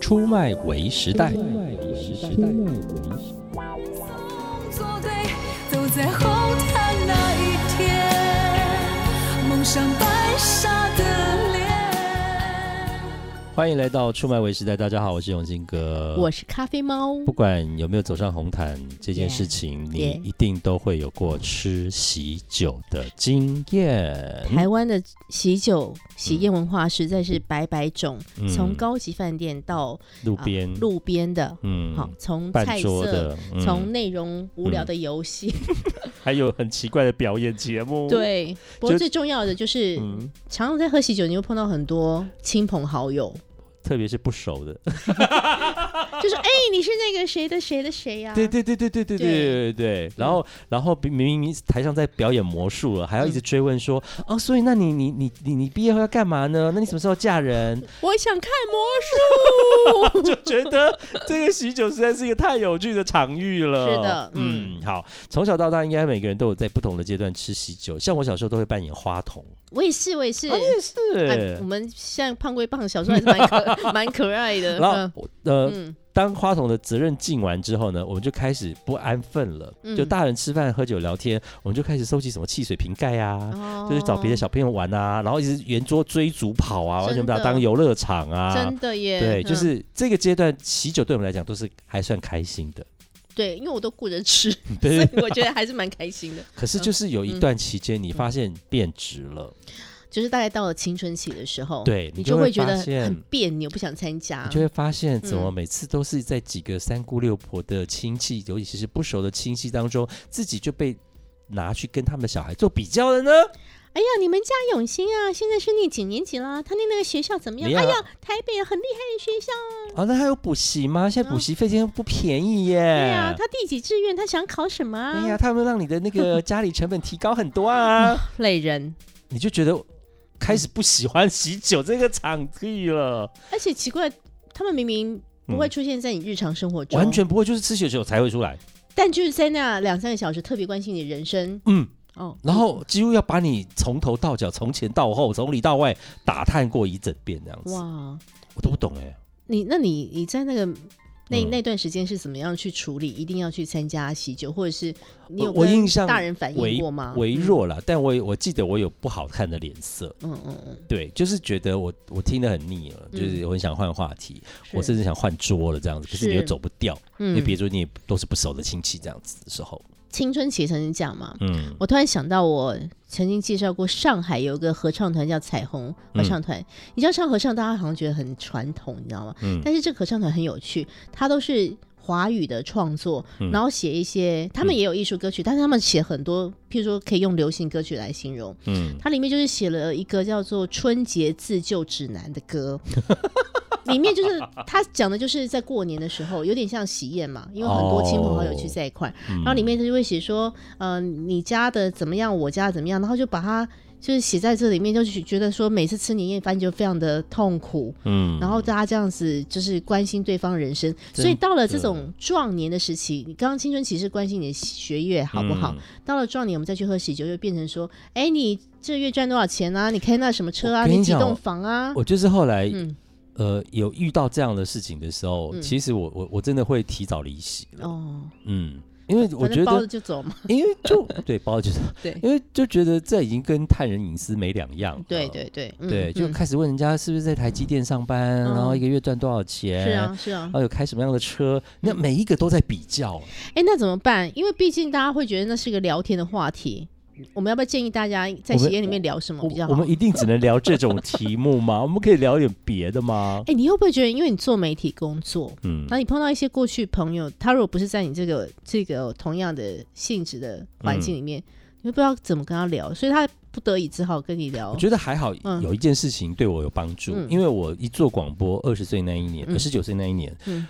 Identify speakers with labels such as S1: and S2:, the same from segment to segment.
S1: 出卖为时代。
S2: 作对，走在红毯那一天，蒙上白纱的脸。
S1: 欢迎来到出卖为时代，大家好，我是永信哥。
S3: 我是咖啡猫，
S1: 不管有没有走上红毯这件
S3: Yeah，
S1: 事情你
S3: yeah
S1: 一定都会有过吃喜酒的经验。
S3: 台湾的喜酒喜宴文化实在是百百种，
S1: 嗯
S3: 从高级饭店到
S1: 路
S3: 啊
S1: 边，
S3: 路边的，
S1: 嗯
S3: 好，从
S1: 半
S3: 菜
S1: 桌
S3: 色，
S1: 的，嗯
S3: 从内容无聊的游戏，
S1: 还有很奇怪的表演节目。，
S3: 对。不过最重要的就是，
S1: 嗯，
S3: 常常在喝喜酒，你会碰到很多亲朋好 友，
S1: 特别是不熟的。
S3: 就是哎、你是那个谁的谁的谁呀、
S1: 对对对对对对对对对。然后然后明明明台上在表演魔术了，还要一直追问说，
S3: 嗯
S1: 哦，所以那你你你你你毕业后要干嘛呢？那你什么时候嫁人？
S3: 我想看魔术。
S1: 就觉得这个喜酒实在是一个太有趣的场域了。
S3: 是的
S1: 嗯
S3: 嗯，
S1: 好，从小到大，应该每个人都有在不同的阶段吃喜酒。像我小时候都会扮演花童，
S3: 我也是，我也
S1: 哦
S3: 是。啊
S1: 是
S3: 我。们像胖龟胖，小时候还是蛮可 蛮可爱的。
S1: 然后
S3: 嗯
S1: 我，呃，
S3: 嗯，
S1: 当花童的责任尽完之后呢，我们就开始不安分了。
S3: 嗯
S1: 就大人吃饭、喝酒、聊天，我们就开始收集什么汽水瓶盖啊，
S3: 哦
S1: 就去找别的小朋友玩啊，然后一直圆桌追逐跑啊，完全把它
S3: 真的
S1: 当游乐场啊
S3: 哦真。的耶，
S1: 对，就
S3: 嗯
S1: 是这个阶段喜酒对我们来讲都是还算开心的。
S3: 对，因为我都顾 着吃，所
S1: 对
S3: 以，嗯我觉得还是蛮开 心的。
S1: 可是就是有一段期间，你
S3: 嗯
S1: 发现变质了，
S3: 就是大概到了青春期的时候，
S1: 对
S3: 你
S1: 你就
S3: 会
S1: 会
S3: 觉得
S1: 发现
S3: 很别扭，不想参加
S1: 你。就会发现怎么
S3: 啊嗯
S1: 每次都是在几个三姑六婆的亲戚，尤其是不熟的亲戚当中，自己就被拿去跟他们的小孩做比较了呢？
S3: 哎呀，你们家永兴啊，现在是念几年级啦？他念那个学校怎么样？
S1: 你啊
S3: 哎呀，台北很厉害的学校。
S1: 啊，那还有补习吗？现在补
S3: 嗯
S1: 习费现在不便宜耶。
S3: 对呀、啊，他第几志愿？他想考什么啊？
S1: 对哎呀，他们让你的那个家里成本提高很多啊，
S3: 累人。
S1: 你就觉得开始不喜欢喜酒这个场地了，嗯
S3: 而且奇怪，他们明明嗯不会出现在你日常生活中，
S1: 完，全不会，就是吃喜酒才会出来，
S3: 但就是在那两三个小时特别关心你的人生。
S1: 嗯。
S3: 哦，
S1: 然后几乎要把你从头到脚、从前到后、从里到外打探过一整遍，这样子，
S3: 哇，
S1: 我都不懂哎、
S3: 你那你你在那个那
S1: 嗯
S3: 那段时间是怎么样去处理？一定要去参加喜酒，或者是你有
S1: 我我
S3: 跟
S1: 印象
S3: 大人反
S1: 微
S3: 映过吗？
S1: 微弱啦，但我我记得我有不好看的脸色，
S3: 嗯，嗯嗯嗯，
S1: 对，就是觉得我我听得很腻了，就是我很想换话题，我甚至想换桌了这样子，可是你又
S3: 是
S1: 走不掉，因为
S3: 嗯，
S1: 别桌你也都是不熟的亲戚这样子的时候，
S3: 青春期曾经讲嘛，
S1: 嗯，
S3: 我突然想到我曾经介绍过上海有一个合唱团叫彩虹
S1: 嗯
S3: 合唱团，你知道唱合唱大家好像觉得很传统，你知道吗？
S1: 嗯
S3: 但是这个合唱团很有趣，它都是。华语的创作
S1: 嗯，
S3: 然后写一些，他们也有艺术歌曲，但是他们写很多，譬如说可以用流行歌曲来形容，
S1: 嗯，
S3: 它里面就是写了一个叫做《春节自救指南》的歌，里面就是他讲的就是在过年的时候，有点像喜宴嘛，因为很多亲朋好友聚在一块，然后里面他就会写说，呃，你家的怎么样，我家怎么样，然后就把它就是写在这里面，就是觉得说每次吃年夜饭就非常的痛苦，
S1: 嗯，
S3: 然后大家这样子就是关心对方人生，所以到了这种壮年的时期，你刚刚青春期是关心你的学业好不好？到了壮年，我们再去喝喜酒，就变成说，哎，你这月赚多少钱啊？你开那什么车
S1: 我
S3: 啊？
S1: 跟你
S3: 你几
S1: 讲
S3: 栋房啊？
S1: 我就是后来
S3: 嗯，
S1: 呃有遇到这样的事情的时候，
S3: 嗯
S1: 其实我我我真的会提早离席了，
S3: 哦，
S1: 嗯，因为我
S3: 反
S1: 觉
S3: 正包
S1: 得
S3: 了就走嘛。
S1: 因为 就对，包括就是，
S3: 对
S1: 因为就觉得这已经跟探人隐私没两样了。
S3: 对对对，嗯
S1: 哦对，就
S3: 嗯
S1: 开始问人家是不是在台积电上班，
S3: 嗯
S1: 然后一个月赚多少钱，
S3: 是啊嗯是啊
S1: 然。后有开什么样的车，那每一个都在比较。
S3: 哎，那怎么办？因为毕竟大家会觉得那是个聊天的话题。我们要不要建议大家在
S1: 我们
S3: 喜宴里面聊什么
S1: 我
S3: 嗯比较
S1: 我
S3: 好？
S1: 们一定只能聊这种题目吗？我们可以聊点别的吗？
S3: 哎，你会不会觉得，因为你做媒体工作，
S1: 嗯
S3: 那你碰到一些过去朋友，他如果不是在你这个这个同样的性质的环
S1: 嗯
S3: 境里面，你会不知道怎么跟他聊，所以他不得已只好跟你聊
S1: 我。觉得还好，
S3: 嗯
S1: 有一件事情对我有帮助，
S3: 嗯
S1: 因为我一做广播，二十岁那一年，呃
S3: 嗯
S1: 十九岁那一年，
S3: 嗯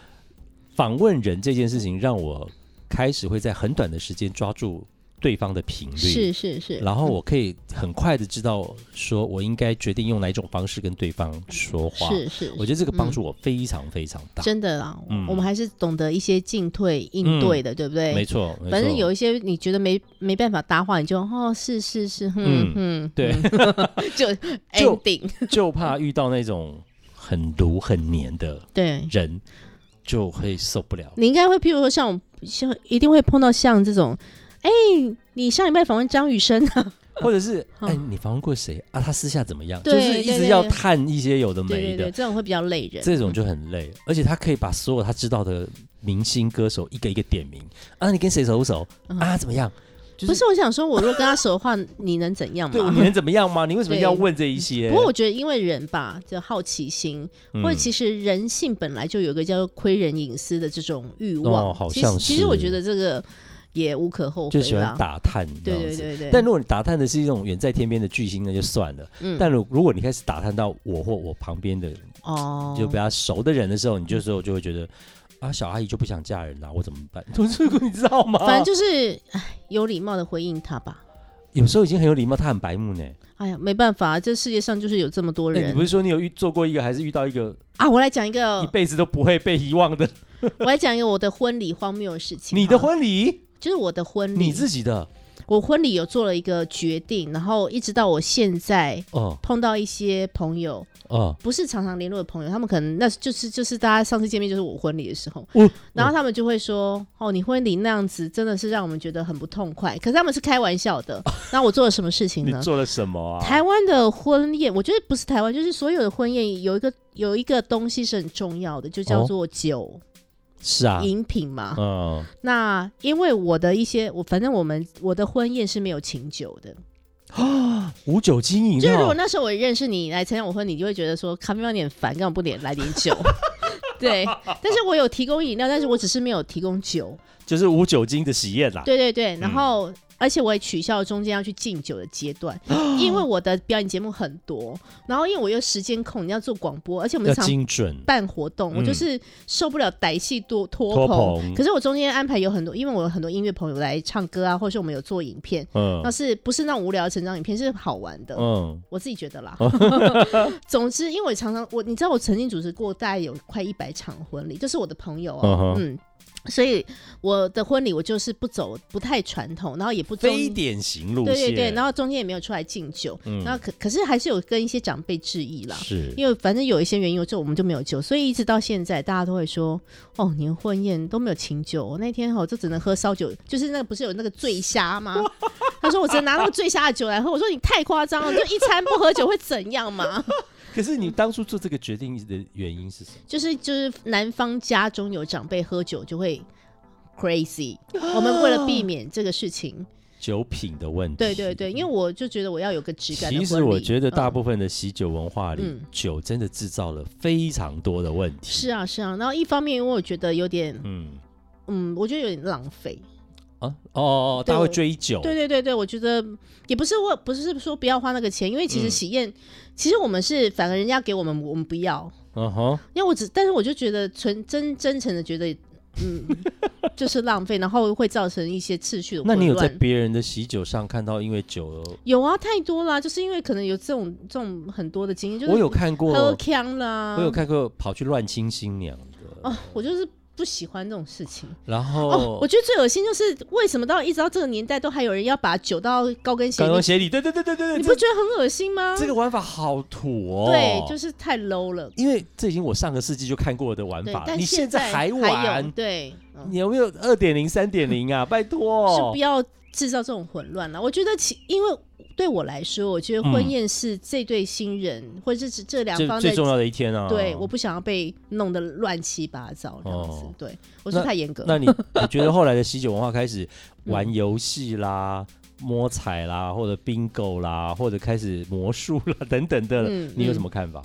S1: 访问人这件事情让我开始会在很短的时间抓住对方的频率。
S3: 是是是，
S1: 然后我可以很快的知道，说我应该决定用哪一种方式跟对方说话。
S3: 是是，
S1: 我觉得这个帮助我非常非常大。
S3: 真的啦，
S1: 嗯
S3: 我们还是懂得一些进退应对的，对不对？
S1: 没错，没错
S3: 反正有一些你觉得没没办法搭话，你就哦是是是，嗯
S1: 嗯
S3: 嗯，
S1: 对，
S3: 就 ending，
S1: 就怕遇到那种很毒很黏的
S3: 对，
S1: 人，就会受不了。
S3: 你应该会，譬如说像我像一定会碰到像这种，哎、你上礼拜访问张雨生啊，
S1: 或者是哎、
S3: 嗯
S1: 你访问过谁啊？他私下怎么样？就
S3: 对
S1: 是一
S3: 对
S1: 直
S3: 对
S1: 要
S3: 对
S1: 探一些有的
S3: 对对
S1: 没
S3: 对，
S1: 的，
S3: 这种会比较累人。
S1: 这种就很累。而且他可以把所有他知道的明星歌手一个一个点名啊，你跟谁熟不熟
S3: 嗯
S1: 啊？怎么样？就是
S3: 不是我想说，我如果跟他熟的话，你能怎样
S1: 对，
S3: 嘛？
S1: 啊你能怎么样吗？你为什么
S3: 对
S1: 要问这一些？
S3: 不过我觉得，因为人吧，就好奇心，
S1: 嗯
S3: 或者其实人性本来就有一个叫做窥人隐私的这种欲望。
S1: 哦好
S3: 其实
S1: 像
S3: 其实我
S1: 是
S3: 觉得这个也无可厚
S1: 就
S3: 非
S1: 喜欢
S3: 啦。
S1: 打探这
S3: 对
S1: 样
S3: 啊对
S1: 子。
S3: 对对。
S1: 但如果你打探的是一种远在天边的巨星，那就算了。
S3: 嗯
S1: 但如如果你开始打探到我或我旁边的
S3: 哦，嗯
S1: 就比较熟的人的时候，你这时候就会觉得啊，小阿姨就不想嫁人啦，我怎么办？ 你知道吗？
S3: 反正就是唉有礼貌的回应他吧。
S1: 有时候已经很有礼貌，他很白目呢。
S3: 哎呀，没办法，这世界上就是有这么多
S1: 哎你
S3: 人、
S1: 不是说你有遇做过一个，还是遇到一个
S3: 啊！我来讲一
S1: 一
S3: 个，
S1: 辈子都不会被遗忘的？
S3: 我来讲一个我的婚礼荒谬的事情。
S1: 你的
S3: 好了
S1: 婚礼，
S3: 就是我的婚礼，
S1: 你自己的
S3: 我婚礼有做了一个决定，然后一直到我现在
S1: 哦
S3: 碰到一些朋友，
S1: 哦，
S3: 不是常常联络的朋友，他们可能那就是就是大家上次见面就是我婚礼的时候，
S1: 哦
S3: 然后他们就会说：“哦，你婚礼那样子真的是让我们觉得很不痛快。”可是他们是开玩笑 的。那我做了什么事情
S1: 你
S3: 呢？
S1: 做了什么啊？
S3: 台湾的婚宴，我觉得不是台湾，就是所有的婚宴有一个有一个东西是很重要的，就叫做酒、
S1: 是哦啊，
S3: 饮品嘛。
S1: 嗯，
S3: 那因为我的一些，我反正我们我的婚宴是没有请酒的。
S1: 无酒精饮啊
S3: 就是如
S1: 料
S3: 果，那时候我认识你来参加我婚礼，你就会觉得说咖啡有点烦，干嘛不点来点酒？ 对，但是我有提供饮料，但是我只是没有提供酒。
S1: 就是无酒精的喜宴啦。
S3: 对对对，
S1: 嗯
S3: 然后、而且我也取消了中间要去敬酒的阶 段，因为我的表演节目很多，然后因为我又时间控，你要做广播，而且我们
S1: 要
S3: 常
S1: 精准，
S3: 办活动，我就
S1: 嗯
S3: 是受不了歹戏多
S1: 托
S3: 托
S1: 棚
S3: 棚。可是我中间安排有很多，因为我有很多音乐朋友来唱歌啊，或者是我们有做影片，
S1: 嗯
S3: 那是不是那种无聊的成长影片，是好玩的。
S1: 嗯，
S3: 我自己觉得啦， 总之，因为我常常我，你知道我曾经主持过大概有快一百场婚礼，就是我的朋友
S1: 嗯
S3: 哦、
S1: 哼
S3: 嗯，所以我的婚礼我就是不走不太传统，然后也不中
S1: 非典型路
S3: 对
S1: 线，嗯
S3: 对对，然后中间也没有出来敬酒，然后可可是还是有跟一些长辈致意啦，
S1: 是
S3: 因为反正有一些原因，我就我们就没有酒，所以一直到现在，大家都会说，哦，你的婚宴都没有请酒，我那天哦就只能喝烧酒，就是那个不是有那个醉虾吗？ 他说我只能拿那个醉虾的酒来喝，我说你太夸张了，就一餐不喝酒会怎样嘛？
S1: 可是你当初做这个决定的原因是什么？
S3: 就是就是男方家中有长辈喝酒就会 crazy，我们为了避免这个事
S1: 哦
S3: 情，
S1: 酒品的问题。
S3: 对对对，因为我就觉得我要有个质感的婚
S1: 其
S3: 礼。
S1: 实我觉得大
S3: 嗯
S1: 部分的喜酒文化里，
S3: 嗯
S1: 酒真的制造了非常多的问题。
S3: 是啊是啊，然后一方面因为我觉得有点，
S1: 嗯
S3: 嗯，我觉得有点浪费。
S1: 啊哦哦，哦
S3: 对
S1: 大家会
S3: 我
S1: 追酒，
S3: 对对对对，我觉得也不是我不是说不要花那个钱，因为其
S1: 嗯
S3: 实喜宴，其实我们是反而人家给我们，我们不要，
S1: 嗯哼，
S3: 因为我只但是我就觉得纯真真诚的觉得，嗯， 就是浪费，然后会造成一些秩序的
S1: 那你有
S3: 混
S1: 在
S3: 乱。
S1: 别人的喜酒上看到因为酒，
S3: 有啊，太多啦，就是因为可能有这种这种很多的经验，就是
S1: 我有看
S3: 喝
S1: 过，
S3: 呛啦，
S1: 我有看过跑去乱亲新娘的，
S3: 哦，我就是不喜欢这种事情。
S1: 然
S3: 哦，
S1: 后
S3: 我觉得最恶心就是为什么到一直到这个年代都还有人要把酒到高跟鞋
S1: 刚
S3: 里
S1: 刚，鞋里，对对对对对
S3: 你
S1: 对
S3: 不觉得很恶心吗
S1: 这，？这个玩法好土哦，。
S3: 对，就是是太 low 了。
S1: 因为这已经我上个世纪就看过的玩
S3: 对
S1: 法，，
S3: 但
S1: 你
S3: 现
S1: 在还
S3: 有
S1: 玩，
S3: 对，嗯
S1: 你有没有二点零、三点零啊？拜
S3: 是
S1: 托
S3: 不，要制造这种混乱了。我觉得其因为对我来说，我觉得婚宴是这对新人、或者是这两
S1: 这
S3: 方
S1: 嗯最
S3: 在
S1: 重。要的一天啊！
S3: 对，我不想要被弄得乱七八糟这样子。
S1: 哦
S3: 对我说太严格
S1: 那
S3: 了，
S1: 你你觉得后来的喜酒文化开 始
S3: 嗯
S1: 玩游戏啦、摸彩啦，或者 bingo 啦，或者开始魔术啦等等的，
S3: 嗯
S1: 你有什么看法？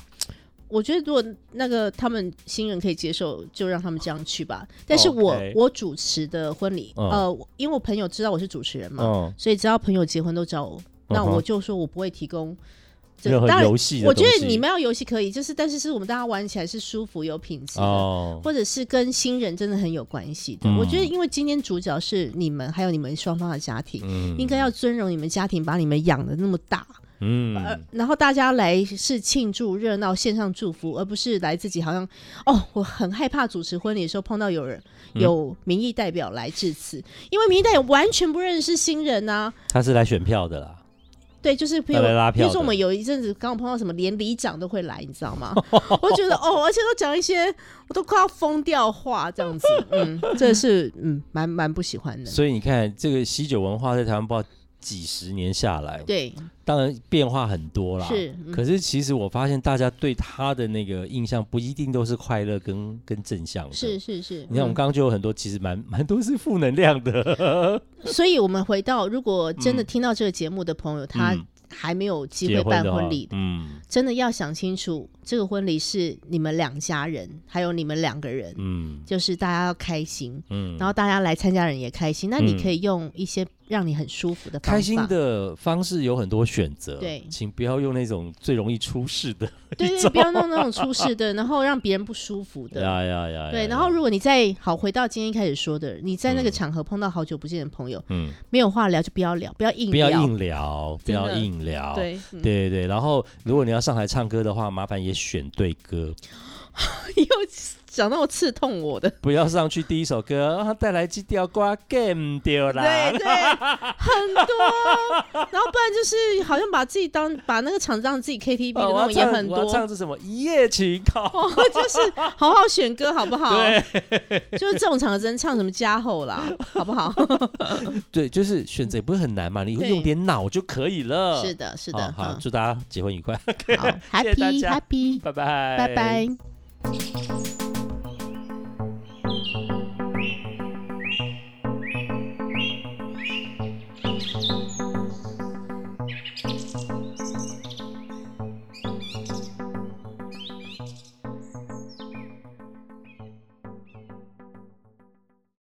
S3: 我觉得如果那个他们新人可以接受，就让他们这样去吧。但是我
S1: 哦 OK
S3: 我主持的婚礼，
S1: 嗯
S3: 呃，我因为我朋友知道我是主持人嘛，
S1: 嗯，
S3: 所以只要朋友结婚都找我，那
S1: 嗯哼
S3: 我就说我不会提供这。
S1: 任何
S3: 当然
S1: 游戏的
S3: 我
S1: 东
S3: 觉
S1: 西，
S3: 得你们要游戏可以，就是但是是我们大家玩起来是舒服、有品质的，
S1: 哦，
S3: 或者是跟新人真的很有关系的。
S1: 嗯
S3: 我觉得，因为今天主角是你们，还有你们双方的家庭，
S1: 嗯
S3: 应该要尊荣你们家庭，把你们养的那么大，呃
S1: 嗯，
S3: 然后大家来是庆祝热闹、献上祝福，而不是来自己好像哦，我很害怕主持婚礼的时候碰到有人
S1: 嗯
S3: 有民意代表来致辞，因为民意代表完全不认识新人啊。
S1: 他是来选票的啦。
S3: 对，就是比如
S1: 来来拉
S3: 比
S1: 票的
S3: 如说我们有一阵子刚好碰到什么连里长都会来，你知道 吗？我觉得哦，而且都讲一些我都快要疯掉话这样子，嗯，这是嗯蛮蛮不喜欢的。
S1: 所以你看，这个喜酒文化在台湾不知道几十年下来，
S3: 对，
S1: 当然变化很多啦。
S3: 是嗯
S1: 可是其实我发现大家对他的那个印象不一定都是快乐跟跟正向的。
S3: 是，是是。
S1: 你看我们刚刚就有很多，其实蛮蛮多是负能量的。
S3: 嗯所以我们回到，如果真的听到这个节目的朋友，他
S1: 嗯
S3: 还没有 机
S1: 结
S3: 会办
S1: 的话
S3: 婚礼，
S1: 嗯
S3: 真的要想清楚，这个婚礼是你们两家人，还有你们两个人，
S1: 嗯
S3: 就是大家要开心。
S1: 嗯，
S3: 然后大家来参加人也开心，那
S1: 嗯
S3: 你可以用一些让你很舒服的方法。
S1: 开心的方式有很多选择，
S3: 对
S1: 请不要用那种最容易出事的。
S3: 对 对，不要弄那种出事的，然后让别人不舒服的。
S1: 呀呀呀！
S3: 对，
S1: 呀
S3: 然后如果你在好回到今天一开始说的，你在那个场合碰到好久不见的朋友，
S1: 嗯，
S3: 没有话聊就不要聊，不要硬
S1: 不要
S3: 聊，
S1: 硬聊，不要
S3: 真的
S1: 硬聊。
S3: 对，嗯
S1: 对对对，然后如果你要上台唱歌的话，麻烦也选对歌，
S3: 又讲到刺痛我的，
S1: 不要上去第一首歌啊带来几条瓜 game 掉啦
S3: 对。对， 很多，然后不然就是好像把自己当把那个场子当自己 KTV 的
S1: 啊我
S3: 那
S1: 要
S3: 种也
S1: 唱
S3: 很
S1: 我要唱
S3: 多。
S1: 是什么一夜情靠？
S3: 哦，就是好好选歌好不好？
S1: 对
S3: 就是这种场合只能唱什么加厚啦，好 不好？
S1: 对，就是选择也不是很难嘛，你
S3: 嗯对
S1: 用点脑就可以了。
S3: 是的，是
S1: 是
S3: 的，
S1: 哦好，
S3: 嗯
S1: 祝大家结婚愉快，
S3: 好
S1: 谢谢大
S3: ，Happy
S1: 家
S3: Happy，
S1: 拜拜，
S3: 拜拜。